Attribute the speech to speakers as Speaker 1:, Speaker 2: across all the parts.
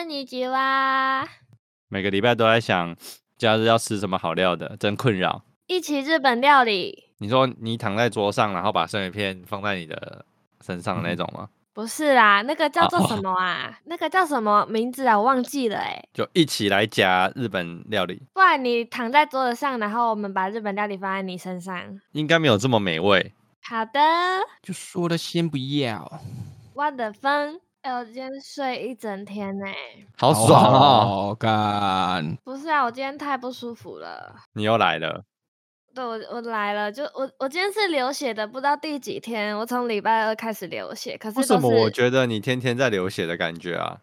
Speaker 1: 那你吉哇，
Speaker 2: 每个礼拜都在想 假日要吃什么好料的，真困扰。
Speaker 1: 一起日本料理
Speaker 2: 你说你躺在桌上，然后把生鱼片放在你的身上的那种吗？
Speaker 1: 不是啦，那个叫做什
Speaker 2: 哦
Speaker 1: 么啊？那个叫什么名字啊？我忘记了哎、
Speaker 2: 就一起来夹日本料理，
Speaker 1: 不然你躺在桌子上，然后我们把日本料理放在你身上。
Speaker 2: 应该没有这么美味。
Speaker 1: 好的，
Speaker 3: 就说了先不要，
Speaker 1: 我的风。哎、我今天睡一整天呢、
Speaker 2: 好爽哦！
Speaker 3: 好干，
Speaker 1: 不是啊，我今天太不舒服了。
Speaker 2: 你又来了，
Speaker 1: 对，我我来了，就我我今天是流血的，不知道第几天。我从礼拜二开始流血，可是
Speaker 2: 为
Speaker 1: 都
Speaker 2: 什么我
Speaker 1: 是
Speaker 2: 觉得你天天在流血的感觉啊？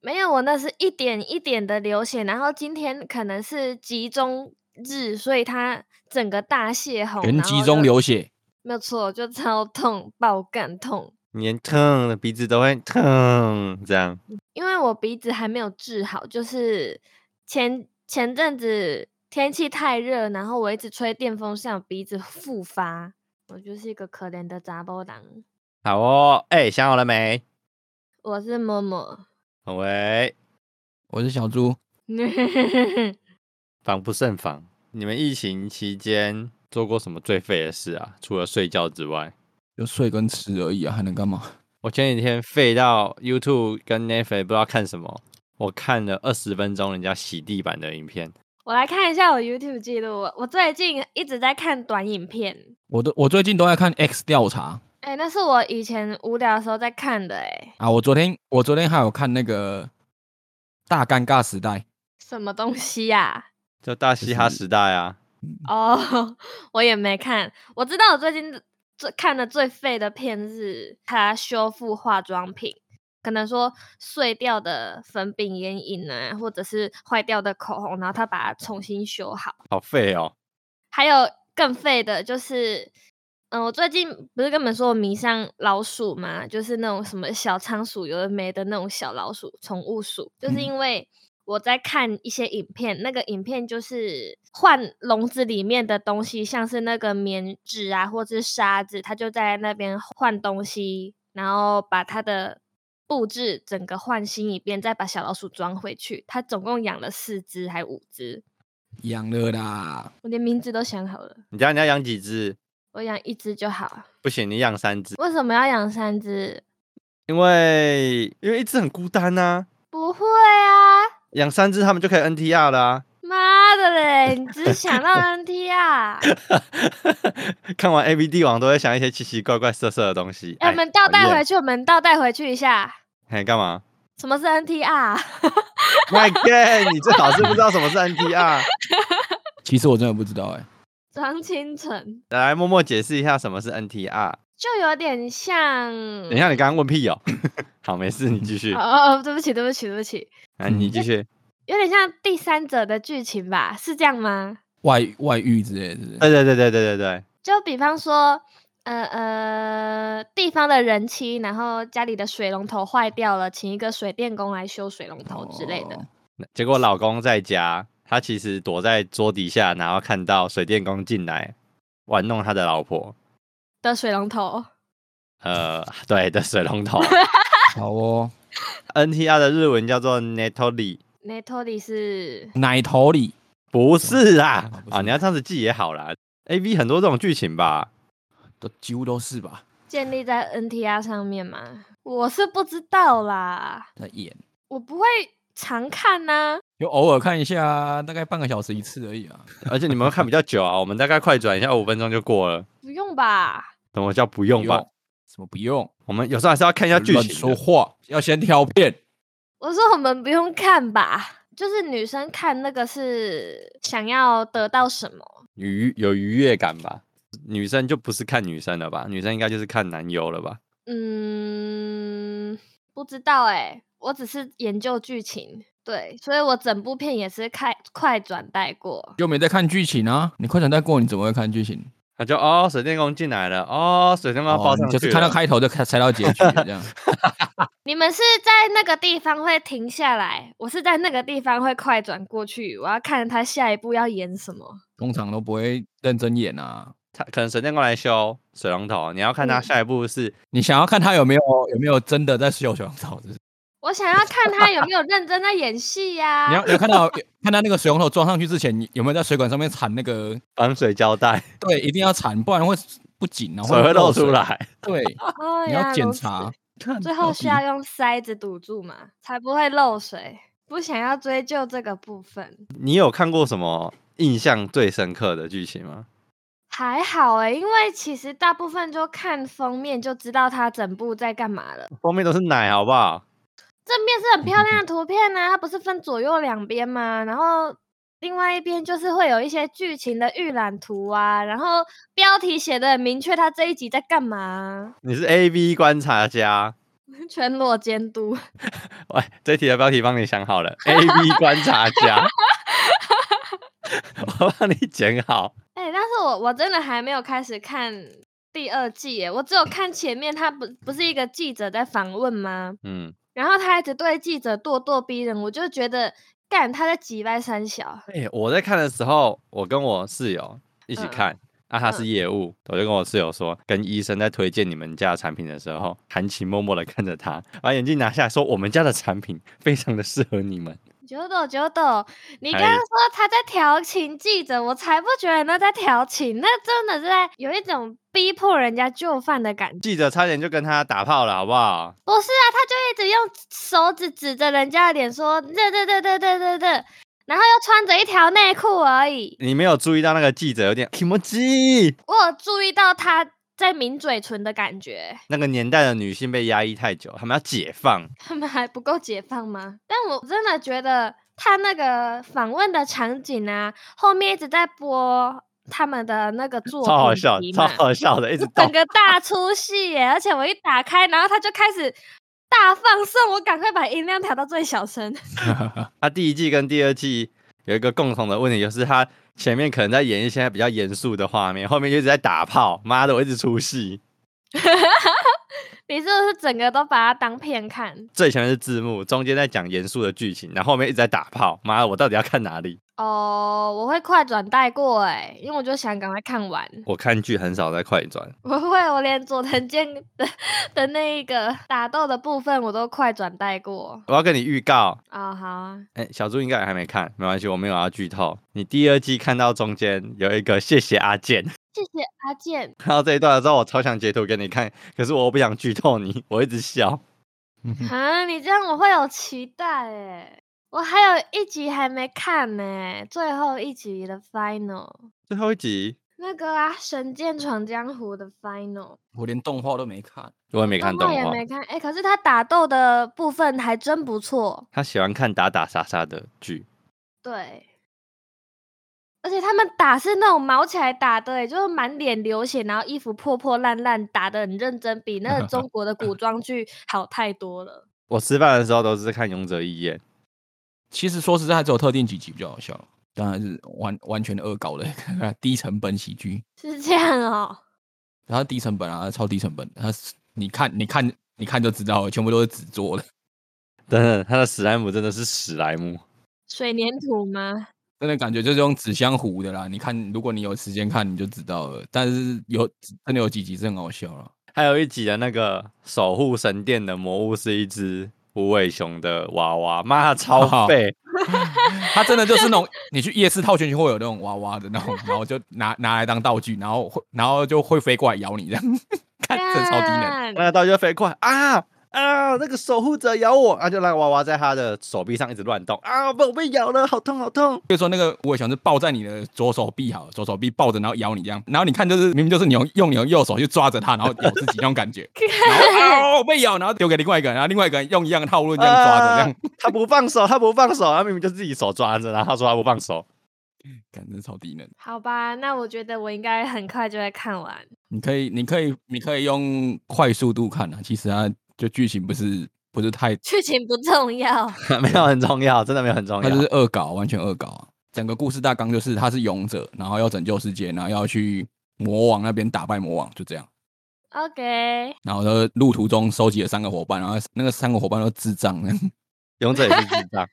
Speaker 1: 没有，我那是一点一点的流血，然后今天可能是集中日，所以它整个大泄洪，
Speaker 3: 全
Speaker 1: 然
Speaker 3: 集
Speaker 1: 后
Speaker 3: 中
Speaker 1: 就，
Speaker 3: 流血，
Speaker 1: 没有错，就超痛，爆干痛，
Speaker 2: 你连疼的鼻子都会疼，这样
Speaker 1: 因为我鼻子还没有治好，就是前前阵子天气太热，然后我一直吹电风扇，鼻子复发，我就是一个可怜的杂波狼。
Speaker 2: 好哦。哎、想好了没？
Speaker 1: 我是嬷嬷，
Speaker 2: 喂，
Speaker 3: 我是小猪，
Speaker 2: 防不胜防。你们疫情期间做过什么最废的事啊？除了睡觉之外，
Speaker 3: 就睡跟吃而已啊，还能干嘛？
Speaker 2: 我前几天废到 YouTube 跟 Netflix 不知道看什么，我看了二十分钟人家洗地板的影片。
Speaker 1: 我来看一下我 YouTube 记录，我我最近一直在看短影片。
Speaker 3: 我都我最近都在看 X 调查
Speaker 1: 哎、那是我以前无聊的时候在看的、哎，
Speaker 3: 啊，我昨天我昨天还有看那个大尴尬时代，
Speaker 1: 什么东西呀、
Speaker 2: 就大嘻哈时代啊，
Speaker 1: 哦， 我也没看，我知道我最近最看的最废的片是他修复化妆品，可能说碎掉的粉饼、眼影啊，或者是坏掉的口红，然后他把它重新修好。
Speaker 2: 好废哦！
Speaker 1: 还有更废的，就是，嗯，我最近不是跟你们说我迷上老鼠吗？就是那种什么小仓鼠，有的没的那种小老鼠，宠物鼠，就是
Speaker 3: 嗯
Speaker 1: 因为我在看一些影片，那个影片就是换笼子里面的东西，像是那个棉纸啊，或是沙子，它就在那边换东西，然后把它的。布置整个换新一遍，再把小老鼠装回去。它总共养了四只还五只，
Speaker 3: 养了啦，
Speaker 1: 我连名字都想好了。
Speaker 2: 你家人家养几只？
Speaker 1: 我养一只就好。
Speaker 2: 不行，你养三只，
Speaker 1: 为什么要养三只？
Speaker 2: 因为因为一只很孤单呐、
Speaker 1: 不会啊，
Speaker 2: 养三只他们就可以 NTR 了啊。
Speaker 1: 妈的嘞！你只想到 NT 啊？
Speaker 2: 看完 A B 帝王都会想一些奇奇怪怪、色色的东西。
Speaker 1: 哎，我们倒带回去，我们倒带回去一下。
Speaker 2: 哎，干嘛
Speaker 1: 什么是 NT 啊？
Speaker 2: ？My God，你最好是不知道什么是 NTR。
Speaker 3: 其实我真的不知道哎、
Speaker 1: 装清纯，
Speaker 2: 来，默默解释一下什么是 NTR。
Speaker 1: 就有点像。
Speaker 2: 等一下，你刚刚问屁哦。 好，没事，你继续
Speaker 1: 哦，。哦哦，对不起，对不起，对不起，
Speaker 2: 啊，你继续。
Speaker 1: 有点像第三者的剧情吧？是这样吗？
Speaker 3: 外外遇之类的，
Speaker 2: 对对对对对对对，
Speaker 1: 就比方说，呃呃，地方的人妻，然后家里的水龙头坏掉了，请一个水电工来修水龙头之类的。
Speaker 3: 哦
Speaker 2: 结果老公在家，他其实躲在桌底下，然后看到水电工进来玩弄他的老婆。
Speaker 1: 的水龙头。
Speaker 2: 呃，对的，水龙头。
Speaker 3: 好哦，
Speaker 2: NTR 的日文叫做 Netoli，
Speaker 1: n 托 t 是
Speaker 3: 奶头里
Speaker 2: 不是啦
Speaker 3: 哦，不是
Speaker 2: 啊，你要这样子记也好啦。A V 很多这种剧情吧，
Speaker 3: 都几乎都是吧，
Speaker 1: 建立在 NTR 上面吗？我是不知道啦，
Speaker 3: 在演，
Speaker 1: 我不会常看啊呐、
Speaker 3: 就偶尔看一下啊，大概半个小时一次而已啊。
Speaker 2: 而且你们会看比较久啊，我们大概快转一下五分钟就过了。
Speaker 1: 不用吧？
Speaker 2: 什么叫不用吧？
Speaker 3: 什么不用？
Speaker 2: 我们有时候还是要看一下剧
Speaker 3: 乱
Speaker 2: 情
Speaker 3: 说
Speaker 2: 的。
Speaker 3: 话，要先挑片。
Speaker 1: 我说我们不用看吧，就是女生看那个是想要得到什么？
Speaker 2: 愉有愉悦感吧。女生就不是看女生了吧？女生应该就是看男优了吧？
Speaker 1: 嗯，不知道哎、我只是研究剧情，对，所以我整部片也是看快转带过。
Speaker 3: 又没在看剧情啊！你快转带过，你怎么会看剧情？
Speaker 2: 他就哦，水电工进来了，哦，水电工要报上
Speaker 3: 你
Speaker 2: 去了、
Speaker 3: 就是看到开头就猜猜到结局，这 样
Speaker 1: 你们是在那个地方会停下来，我是在那个地方会快转过去，我要看他下一步要演什么。
Speaker 3: 通常都不会认真演啊。
Speaker 2: 他可能水电工来修水龙头，你要看他
Speaker 1: 嗯
Speaker 2: 下一步是
Speaker 3: 你想要看他有没有有没有真的在秀熊嫂子？
Speaker 1: 我想要看他有没有认真在演戏呀、
Speaker 3: 你要有看到有看到那个水龙头装上去之前，你有没有在水管上面缠那个？
Speaker 2: 防水胶带，
Speaker 3: 对，一定要缠，不然会不紧啊，
Speaker 2: 水会
Speaker 3: 漏
Speaker 2: 露出。来。
Speaker 3: 对，
Speaker 1: 哦
Speaker 3: 你
Speaker 1: 原
Speaker 3: 要
Speaker 1: 来
Speaker 3: 检
Speaker 1: 如此
Speaker 3: 查。看
Speaker 1: 最
Speaker 3: 到
Speaker 1: 后
Speaker 3: 底
Speaker 1: 需要用塞子堵住嘛，才不会漏水。不想要追究这个部分，
Speaker 2: 你有看过什么印象最深刻的剧情吗？
Speaker 1: 还好哎、因为其实大部分就看封面就知道它整部在干嘛了。
Speaker 2: 封面都是奶，好不好？
Speaker 1: 正面是很漂亮的图片啊，它不是分左右两边吗？然后另外一边就是会有一些剧情的预览图啊，然后标题写的很明确，它这一集在干嘛 啊，
Speaker 2: 你是 A V 观察家，
Speaker 1: 全裸监督。
Speaker 2: 喂，这题的标题帮你想好了，A V 观察家， 我帮你剪好。
Speaker 1: 哎、但是我我真的还没有开始看第二季耶，我只有看前面，他不不是一个记者在访问吗？
Speaker 2: 嗯，
Speaker 1: 然后他一直对记者咄咄逼人，我就觉得干他在挤歪三小，
Speaker 2: 哎、我在看的时候，我跟我室友一起
Speaker 1: 嗯
Speaker 2: 看，啊，他是
Speaker 1: 嗯
Speaker 2: 业务，我就跟我室友说，跟医生在推荐你们家的产品的时候，韩琦默默的看着他，把眼镜拿下来说，我们家的产品非常的适合你们。
Speaker 1: 久斗久斗，你刚
Speaker 2: 哎
Speaker 1: 刚说他在调情记者，我才不觉得那在调情，那真的是在有一种逼迫人家就范的感觉。
Speaker 2: 记者差点就跟他打炮了，好不好？
Speaker 1: 不是啊，他就一直用手指指着人家的脸说这这这这这这这，然后又穿着一条内裤而已。
Speaker 2: 你没有注意到那个记者有点 i m o j
Speaker 1: 我有注意到他在抿嘴唇的感觉，
Speaker 2: 那个年代的女性被压抑太久，她们要解放。
Speaker 1: 他们还不够解放吗？但我真的觉得他那个访问的场景啊，后面一直在播他们的那个作品
Speaker 2: 超好笑
Speaker 1: 集，
Speaker 2: 超
Speaker 1: 嘛
Speaker 2: 好笑的，一直
Speaker 1: 整
Speaker 2: 动。
Speaker 1: 个大出戏耶！而且我一打开，然后他就开始大放送，我赶快把音量调到最小声。
Speaker 2: 他第一季跟第二季有一个共同的问题，就是他前面可能在演一些比较严肃的画面，后面就一直在打炮。妈的，我一直出戏。
Speaker 1: 你是不是整个都把它当片看？
Speaker 2: 最前面是字幕，中间在讲严肃的剧情，然后后面一直在打炮。妈的，我到底要看哪里？
Speaker 1: 哦、我会快转带过哎，因为我就想赶快看完。
Speaker 2: 我看剧很少在快转，
Speaker 1: 我会，我连佐藤健的的那一个打斗的部分我都快转带过。
Speaker 2: 我要跟你预告。
Speaker 1: 哦，好啊，
Speaker 2: 哎、小猪应该也还没看，没关系，我没有要剧透。你第二季看到中间有一个谢谢阿健，
Speaker 1: 谢谢阿健。
Speaker 2: 看到这一段的时候，我超想截图给你看，可是我不想剧透你，我一直笑。嗯
Speaker 1: 啊，你这样我会有期待哎。我还有一集还没看呢，最后一集的 final。
Speaker 2: 最后一集
Speaker 1: 那个啊，《神剑闯江湖》的 final，
Speaker 3: 我连动画都没看，
Speaker 2: 我也没看动
Speaker 1: 画也
Speaker 2: 画，
Speaker 1: 没看，哎、可是他打斗的部分还真不错，
Speaker 2: 他喜欢看打打杀杀的剧，
Speaker 1: 对。而且他们打是那种毛起来打的、欸，就是满脸流血，然后衣服破破烂烂，打的很认真，比那个中国的古装剧好太多了。
Speaker 2: 我吃饭的时候都是看《勇者义彦》，
Speaker 3: 其实说实在，只有特定几集比较好笑，当然是完完全恶搞的 低成本喜剧。
Speaker 1: 是这样哦、
Speaker 3: 然后低成本啊，超低成本，它是你看你看你看就知道了，全部都是纸做的，
Speaker 2: 真的，他的史莱姆真的是史莱姆，
Speaker 1: 水粘土吗？
Speaker 3: 真的感觉就是用纸箱糊的啦。你看，如果你有时间看，你就知道了。但是有真的有几集是很好笑了。
Speaker 2: 还有一集的那个守护神殿的魔物是一只无尾熊的娃娃，妈超
Speaker 3: 哦
Speaker 2: 废，
Speaker 3: 它真的就是那种你去夜市套圈圈会有那种娃娃的那种，然后就拿拿来当道具，然后会然后就会飞过来咬你这样， 看哎
Speaker 1: 啊
Speaker 3: 这超低能。
Speaker 1: 干
Speaker 2: 那个道具飞快啊啊！那个守护者咬我，啊就那个娃娃在他的手臂上一直乱动啊，被我被咬了，好痛好痛！
Speaker 3: 比如说那个我也想是抱在你的左手臂好了，左手臂抱着然后咬你这样，然后你看就是明明就是你用用你的右手去抓着它，然后咬自己那种感觉，然后哦被咬，然后丢给另外一个人，然后另外一个人用一样的套路这样抓着这样
Speaker 2: 啊，他不放手，他不放手，他明明就自己手抓着，然后他说他不放 手。
Speaker 3: 感觉超低能。
Speaker 1: 好吧，那我觉得我应该很快就会看完。
Speaker 3: 你可以，你可以，你可以用快速度看啊，其实它就剧情不是不是太
Speaker 1: 剧情不重要，
Speaker 2: 没有很重要，真的没有很重
Speaker 3: 他
Speaker 2: 要。
Speaker 3: 就是恶搞，完全恶搞啊！整个故事大纲就是他是勇者，然后要拯救世界，然后要去魔王那边打败魔王，就这样。
Speaker 1: OK，
Speaker 3: 然后呢，路途中收集了三个伙伴，然后那个三个伙伴都智障，
Speaker 2: 勇者也是智 障，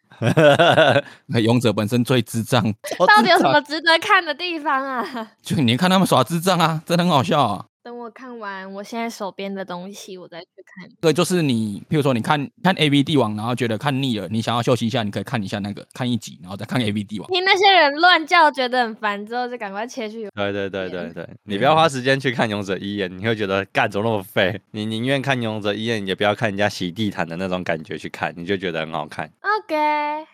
Speaker 3: 那勇者本身最智障，
Speaker 2: 我
Speaker 1: 到
Speaker 2: 智
Speaker 1: 底有什
Speaker 2: 障
Speaker 1: 么值得看的地方啊？
Speaker 3: 就你看他们耍智障啊，真的很好笑啊！
Speaker 1: 等我看完我现在手边的东西，我再去看。
Speaker 3: 对，就是你，譬如说你看看 A V 帝王，然后觉得看腻了，你想要休息一下，你可以看一下那个，看一集，然后再看 A V 帝王。
Speaker 1: 听那些人乱叫，觉得很烦，之后就赶快切去。
Speaker 2: 对对对对
Speaker 1: 嗯
Speaker 2: 对，你不要花时间去看勇者一眼，你会觉得干怎么那么废？ 你宁愿看勇者一眼，也不要看人家洗地毯的那种感觉去看，你就觉得很好看。
Speaker 1: OK，哎、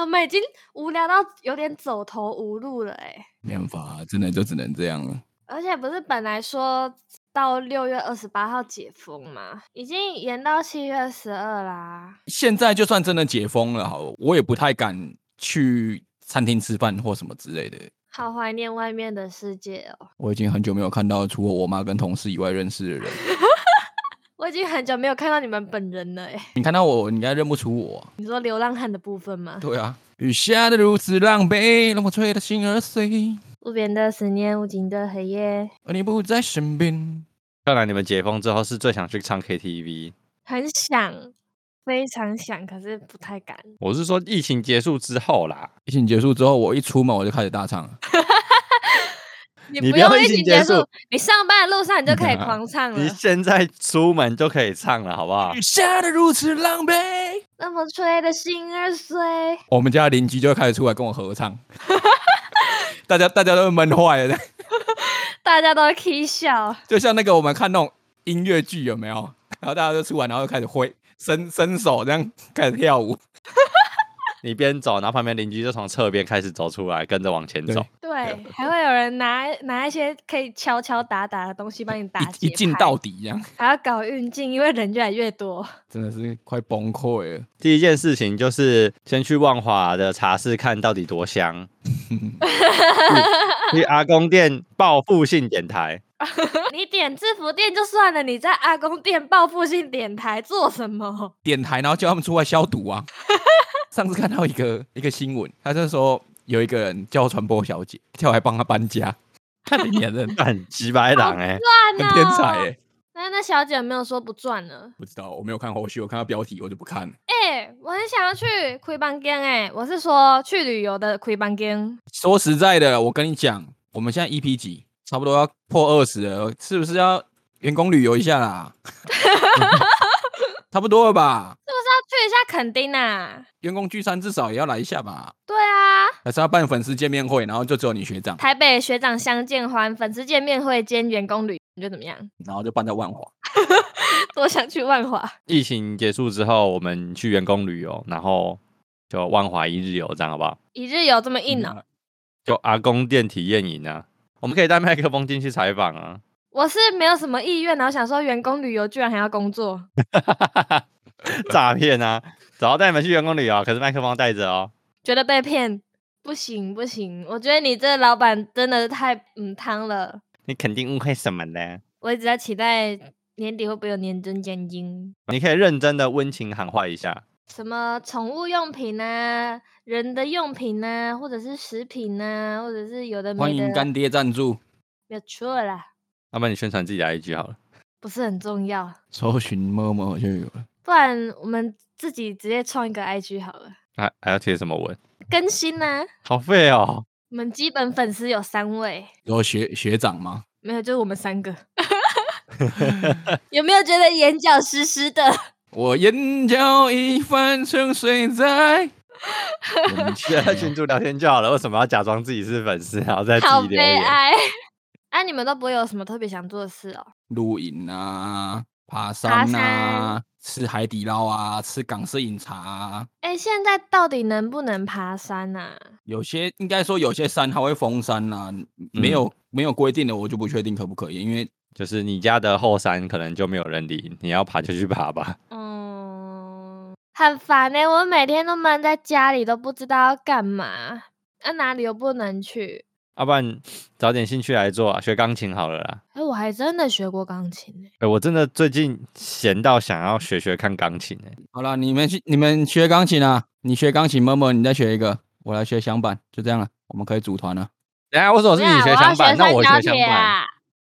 Speaker 1: 我们已经无聊到有点走投无路了、哎，
Speaker 3: 没办法，啊真的就只能这样了。
Speaker 1: 而且不是本来说到六月二十八号解封吗？已经延到七月十二啦。
Speaker 3: 现在就算真的解封了，好，我也不太敢去餐厅吃饭或什么之类的。
Speaker 1: 好怀念外面的世界哦！
Speaker 3: 我已经很久没有看到除了我妈跟同事以外认识的人。
Speaker 1: 我已经很久没有看到你们本人了，哎，
Speaker 3: 你看到我，你应该认不出我啊、
Speaker 1: 你说流浪汉的部分吗？
Speaker 3: 对啊，雨下的如此狼狈，让我吹得心儿碎，
Speaker 1: 路边的思念，无尽的黑夜，
Speaker 3: 而你不在身边。
Speaker 2: 看来你们解封之后是最想去唱 KTV。
Speaker 1: 很想，非常想，可是不太敢。
Speaker 2: 我是说疫情结束之后啦，
Speaker 3: 疫情结束之后，我一出门我就开始大唱了。
Speaker 1: 你
Speaker 2: 你
Speaker 1: 不
Speaker 2: 不要
Speaker 1: 用
Speaker 2: 疫
Speaker 1: 疫
Speaker 2: 情
Speaker 1: 情
Speaker 2: 结
Speaker 1: 结
Speaker 2: 束
Speaker 1: 束，你上班的路上你就可以狂唱了
Speaker 2: 你。现在出门就可以唱了，好不 好
Speaker 3: 雨？下的如此狼狈，
Speaker 1: 那么吹的心儿碎，
Speaker 3: 我们家邻居就会开始出来跟我合唱， 大家大家都闷坏了，
Speaker 1: 大家都 k 笑。
Speaker 3: 就像那个我们看那种音乐剧有没有？然后大家就出来，然后就开始挥伸伸手，这样开始跳舞。
Speaker 2: 你边走，然后旁边邻居就从侧边开始走出来，跟着往前
Speaker 3: 对
Speaker 2: 走。
Speaker 1: 对，还会有人拿拿一些可以敲敲打打的东西帮你打
Speaker 3: 一
Speaker 1: 节
Speaker 3: 一进
Speaker 1: 拍
Speaker 3: 到底，这样
Speaker 1: 还要搞运镜，因为人越来越多。
Speaker 3: 真的是快崩溃了。
Speaker 2: 第一件事情就是先去万华的茶室看到底多 香，去去阿公店报复性点台。
Speaker 1: 你点制服店就算了，你在阿公店报复性点台做什么？
Speaker 3: 点台，然后叫他们出来消毒 啊。上次看到一个一个新闻，他就说有一个人叫传播小姐，叫我来帮他搬家， 看你演的很
Speaker 2: 很鸡白狼哎、
Speaker 1: 赚
Speaker 3: 很
Speaker 1: 哦！
Speaker 3: 天才哎、
Speaker 1: 那那小姐有没有说不赚了？
Speaker 3: 不知道，我没有看后续，我看到标题我就不看了。
Speaker 1: 哎、我很想要去亏班间哎，我是说去旅游的亏班间。
Speaker 3: 说实在的，我跟你讲，我们现在 EP 几，差不多要破二十了，是不是要员工旅游一下 啦？差不多了吧？
Speaker 1: 要去一下垦丁啊！
Speaker 3: 员工聚餐至少也要来一下吧？
Speaker 1: 对啊，
Speaker 3: 还是要办粉丝见面会，然后就只有你学长，
Speaker 1: 台北学长相见欢，粉丝见面会兼员工旅，你觉得怎么样？
Speaker 3: 然后就办在万华。
Speaker 1: 多想去万华，
Speaker 2: 疫情结束之后，我们去员工旅游，然后就万华一日游，这样好不好？
Speaker 1: 一日游这么
Speaker 3: 嗯
Speaker 1: 硬哦、
Speaker 2: 就阿公店体验营啊，我们可以带麦克风进去采访啊。
Speaker 1: 我是没有什么意愿，然后想说员工旅游居然还要工作，
Speaker 2: 诈骗啊！早要带你们去员工旅游，啊可是麦克风带着哦。
Speaker 1: 觉得被骗，不行不行，我觉得你这老板真的是太嗯汤了，
Speaker 2: 你肯定误会什么呢？
Speaker 1: 我一直在期待年底会不会有年终奖金，
Speaker 2: 你可以认真的温情喊话一下。
Speaker 1: 什么宠物用品啊、人的用品啊，或者是食品啊，或者是有的
Speaker 3: 欢
Speaker 1: 没
Speaker 3: 迎
Speaker 1: 的，
Speaker 3: 干爹赞助，
Speaker 1: 没有错啦，
Speaker 2: 要不然你宣传自己的 IG 好了。
Speaker 1: 不是很重要，
Speaker 3: 搜寻陌陌就有了。
Speaker 1: 不然我们自己直接创一个 IG 好了，
Speaker 2: 还、还要贴什么文？
Speaker 1: 更新啊，
Speaker 2: 好废 哦！
Speaker 1: 我们基本粉丝有三位。
Speaker 3: 有学学长吗？
Speaker 1: 没有，就是我们三 个。有没有觉得眼角湿湿 的？
Speaker 3: 我眼角已泛成水在。我们
Speaker 2: 就在群主聊天就好了，为什么要假装自己是粉丝，然后再自
Speaker 1: 好
Speaker 2: 己留
Speaker 1: 悲
Speaker 2: 言？
Speaker 1: 哀。 啊，你们都不会有什么特别想做的事哦？
Speaker 3: 露营啊，爬
Speaker 1: 爬
Speaker 3: 山啊，
Speaker 1: 山
Speaker 3: 吃海底捞啊，吃港式饮茶啊。
Speaker 1: 哎，现在到底能不能爬山啊？
Speaker 3: 有些应该说有些山它会封山啦、没有、
Speaker 1: 嗯
Speaker 3: 没有规定的我就不确定可不可以，因为
Speaker 2: 就是你家的后山可能就没有人理，你要爬就去爬吧。
Speaker 1: 嗯，很烦呢、我每天都闷在家里，都不知道要干嘛。那、哪里又不能去？
Speaker 2: 要、啊不然找点兴趣来做、啊，学钢琴好了啦。
Speaker 1: 哎，我还真的学过钢琴欸呢、
Speaker 2: 哎、我真的最近闲到想要学学看钢琴哎、
Speaker 3: 好了，你们去你们学钢琴啊，你学钢琴，默默你再学一个，我来学响板，就这样了，我们可以组团了。
Speaker 2: 等一下为什么哦是
Speaker 1: 不
Speaker 2: 你
Speaker 1: 要
Speaker 2: 学
Speaker 1: 啊我要
Speaker 2: 响板，那
Speaker 1: 三
Speaker 2: 我
Speaker 1: 角
Speaker 2: 学响
Speaker 1: 铁
Speaker 2: 板？
Speaker 1: 啊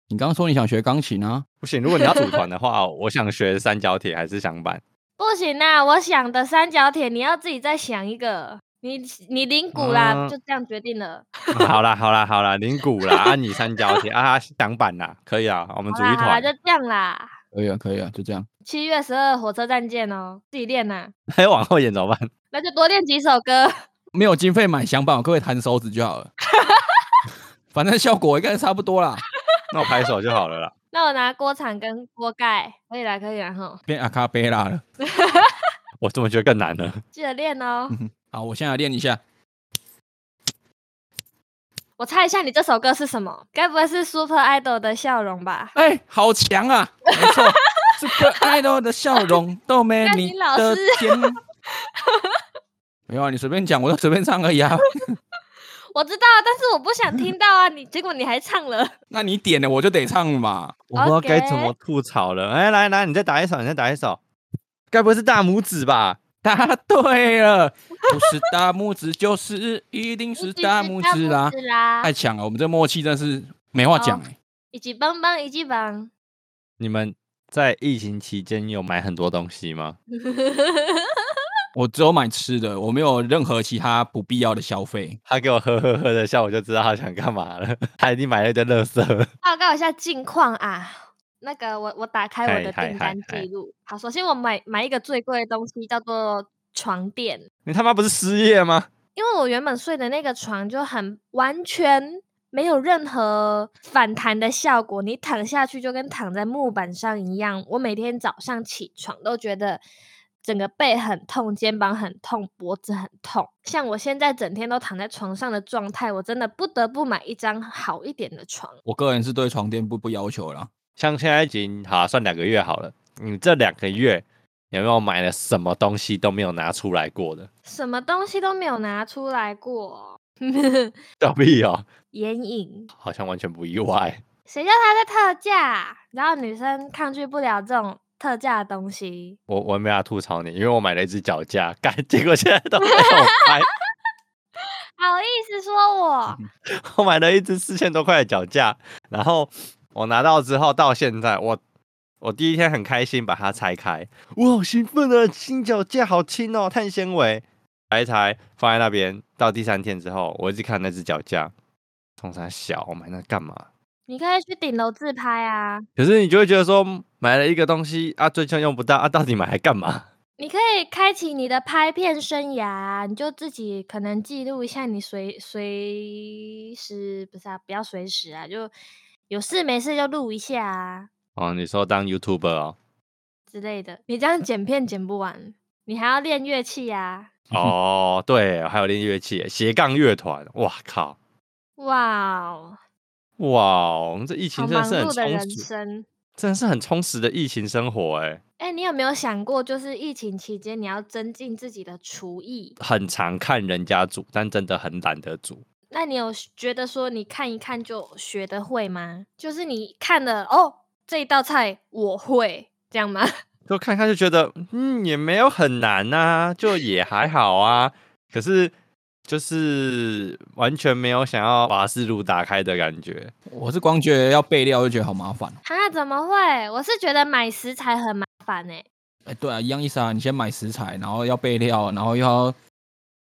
Speaker 3: 你刚刚说你想学钢琴啊，
Speaker 2: 不行，如果你要组团的话， 我想学三角铁还是响板。
Speaker 1: 不行啊！我想的三角铁，你要自己再想一个。你你领股啦，
Speaker 2: 嗯
Speaker 1: 就这样决定了。
Speaker 2: 好啦好啦好啦，零股啦，啊你三角铁啊挡板啦，可以啊，我们
Speaker 1: 好
Speaker 2: 组一
Speaker 1: 啦好啦，
Speaker 2: 团。
Speaker 1: 就这样啦。
Speaker 3: 可以啊，可以啊，就这样。
Speaker 1: 七月十二火车站见哦，自己练呐、
Speaker 2: 还有哎往后演怎么办？
Speaker 1: 那就多练几首歌。
Speaker 3: 没有经费买响板，我各位弹手指就好了。 反正效果应该差不多啦。
Speaker 2: 那我拍手就好了啦。
Speaker 1: 那我拿锅铲跟锅盖，可以啦，可以啦吼，
Speaker 3: 变阿卡贝拉了。
Speaker 2: 我这么觉得更难了。
Speaker 1: 记得练哦。
Speaker 2: 嗯
Speaker 3: 好，我现在来练一下。
Speaker 1: 我猜一下你这首歌是什么？该不会是 Super Idol 的笑容吧？
Speaker 3: 哎、好强啊！没错，Super Idol 的笑容都 没
Speaker 1: 看
Speaker 3: 你
Speaker 1: 你老
Speaker 3: 的
Speaker 1: 师
Speaker 3: 甜。 没有啊，你随便讲，我就随便唱而已啊。
Speaker 1: 我知道，但是我不想听到啊！你结果你还唱了，
Speaker 3: 那你点了，我就得唱嘛。
Speaker 2: 我不知道该怎么
Speaker 1: OK
Speaker 2: 吐槽了。哎，来来，你再打一首，你再打一首。该不会是大拇指吧？
Speaker 3: 答对了，不是大拇指就是一定是大拇指啦！
Speaker 1: 是啦，
Speaker 2: 哎
Speaker 3: 太强了，我们这默契真是没话讲、
Speaker 1: 好
Speaker 3: 欸。
Speaker 1: 一级棒棒，一级 棒。
Speaker 2: 你们在疫情期间有买很多东西吗？
Speaker 3: 我只有买吃的，我没有任何其他不必要的消费。
Speaker 2: 他给我呵呵呵的笑，我就知道他想干嘛了。 他一定买了一堆垃圾。
Speaker 1: 报告一下近况啊。那个我，我打开我
Speaker 2: 嗨
Speaker 1: 的
Speaker 2: 嗨
Speaker 1: 订
Speaker 2: 嗨
Speaker 1: 单
Speaker 2: 嗨
Speaker 1: 记录。好，首先我买买一个最贵的东西，叫做床垫。
Speaker 2: 你他妈不是失业吗？
Speaker 1: 因为我原本睡的那个床就很完全没有任何反弹的效果，你躺下去就跟躺在木板上一样。我每天早上起床都觉得整个背很痛，肩膀很痛，脖子很痛。像我现在整天都躺在床上的状态，我真的不得不买一张好一点的床。
Speaker 3: 我个人是对床垫不不要求啦。
Speaker 2: 像现在已经好、啊算两个月好了。你这两个月有没有买了什么东西都没有拿出来过的？
Speaker 1: 什么东西都没有拿出来过，
Speaker 2: 倒闭哦，
Speaker 1: 眼影。
Speaker 2: 好像完全不意外。
Speaker 1: 谁叫它在特价？然后女生抗拒不了这种特价的东西，
Speaker 2: 我我没法吐槽你，因为我买了一只脚架，干，结果现在都没有拍。
Speaker 1: 好意思说我
Speaker 2: 我买了一只四千多块的脚架，然后我拿到之后到现在，我我第一天很开心把它拆开，我好兴奋啊！新脚架好轻哦，碳纤维，拆一拆放在那边。到第三天之后，我一直看那只脚架，通常小，我买那干嘛？
Speaker 1: 你可以去顶楼自拍啊，
Speaker 2: 可是你就会觉得说，买了一个东西啊，最终用不到啊，到底买来干嘛？
Speaker 1: 你可以开启你的拍片生涯，你就自己可能记录一下你随随时不是啊，不要随时啊，就有事没事就录一下啊
Speaker 2: 哦，你说当 YouTuber 哦？
Speaker 1: 之类的。你这样剪片剪不完，你还要练乐器啊。
Speaker 2: 哦，对，还有练乐器，斜杠乐团，哇靠，
Speaker 1: 哇哦，
Speaker 2: 哇哦，我们这疫
Speaker 1: 好
Speaker 2: 情真
Speaker 1: 忙
Speaker 2: 的是很
Speaker 1: 碌的
Speaker 2: 充
Speaker 1: 人
Speaker 2: 实。
Speaker 1: 生。
Speaker 2: 真的是很充实的疫情生活、欸，
Speaker 1: 哎、你有没有想过，就是疫情期间你要增进自己的厨艺？
Speaker 2: 很常看人家煮，但真的很懒得煮。
Speaker 1: 那你有学觉得说你看一看就学得会吗？就是你看了哦，这一道菜我会这样吗？
Speaker 2: 就看看就觉得，嗯，也没有很难啊，就也还好啊。 可是就是完全没有想要把思路打开的感觉。
Speaker 3: 我是光觉得要备料就觉得好麻烦。
Speaker 1: 啊，怎么会？我是觉得买食材很麻烦哎、
Speaker 3: 哎、对啊，一样意思啊。你先买食材，然后要备料，然后又要